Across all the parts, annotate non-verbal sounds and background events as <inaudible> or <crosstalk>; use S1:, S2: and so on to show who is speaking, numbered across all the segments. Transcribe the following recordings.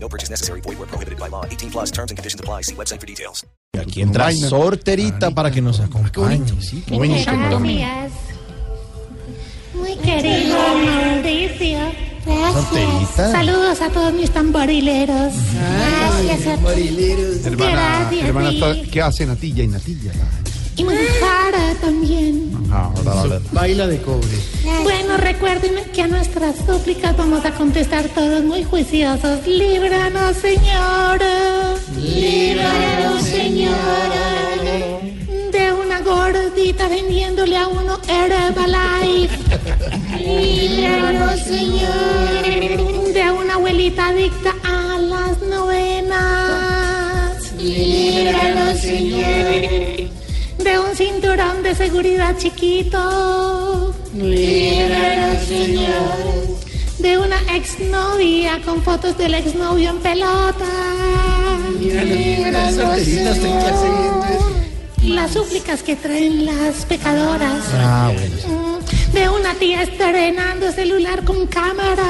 S1: No purchase necessary. Void where prohibited by law. 18 plus terms and conditions apply. See website for details.
S2: Aquí entra
S3: Vaina.
S2: sorterita para que nos acompañe. Sí, qué bonito.
S4: Gracias. Muy querido Mauricio.
S2: Solterita.
S4: Gracias. Saludos a todos mis tamborileros. Gracias a ti.
S3: Hermana,
S4: Gracias,
S3: hermana
S4: sí.
S3: está- ¿qué hace Natilla y Natilla?
S4: Y muy cara también.
S3: Ah, ahora, ahora.
S2: Baila de cobre.
S4: Bueno, recuerden que a nuestras súplicas vamos a contestar todos muy juiciosos. Líbranos, Señor. Líbranos, Señor. De una gordita vendiéndole a uno Herbalife. Líbranos, Señor. De una abuelita adicta a las novenas. Líbranos, Señor. De un cinturón de seguridad chiquito. Líbranos, Señor. De una exnovia con fotos del exnovio en pelota. Líbranos, Señor. Las súplicas que traen las pecadoras.
S2: Ah, bueno.
S4: Mm, De una tía estrenando celular con cámara.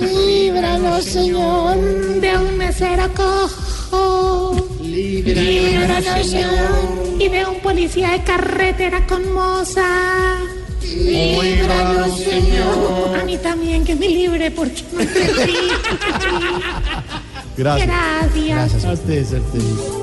S4: Líbranos, Señor. De un mesero cojo. Líbranos, Señor. Y de un policía de carretera con moza. Líbranos, Señor. A mí también que me libre porque no entendí.
S3: Gracias.
S4: Gracias. <laughs>
S2: Gracias.
S3: Gracias.